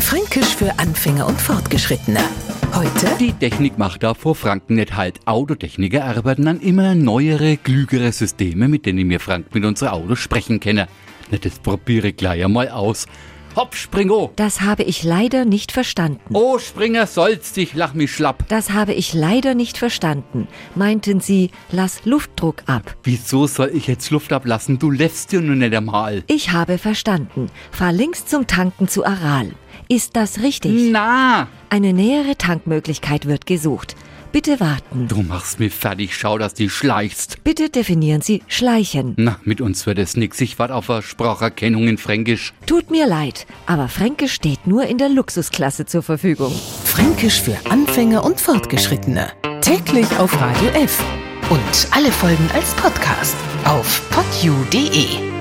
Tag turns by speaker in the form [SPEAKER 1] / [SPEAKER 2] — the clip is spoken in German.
[SPEAKER 1] Fränkisch für Anfänger und Fortgeschrittene. Heute
[SPEAKER 2] Die Technik macht da vor Franken nicht halt. Autotechniker arbeiten an immer neuere, klügere Systeme, mit denen wir Frank mit unseren Autos sprechen können. Na, das probiere ich gleich einmal aus. Hopp, Springo!
[SPEAKER 3] Das habe ich leider nicht verstanden.
[SPEAKER 2] Oh, Springer, sollst dich, lach mich schlapp.
[SPEAKER 3] Das habe ich leider nicht verstanden. Meinten Sie, lass Luftdruck ab.
[SPEAKER 2] Wieso soll ich jetzt Luft ablassen? Du lässt dir nur nicht einmal.
[SPEAKER 3] Ich habe verstanden. Fahr links zum Tanken zu Aral. Ist das richtig?
[SPEAKER 2] Hm. Na,
[SPEAKER 3] Eine nähere Tankmöglichkeit wird gesucht. Bitte warten.
[SPEAKER 2] du machst mich fertig. Schau, dass du schleichst.
[SPEAKER 3] Bitte definieren Sie Schleichen.
[SPEAKER 2] Na, mit uns wird es nix. Ich warte auf eine Spracherkennung in Fränkisch.
[SPEAKER 3] Tut mir leid, aber Fränkisch steht nur in der Luxusklasse zur Verfügung.
[SPEAKER 1] Fränkisch für Anfänger und Fortgeschrittene. Täglich auf Radio F. Und alle Folgen als Podcast auf podu.de.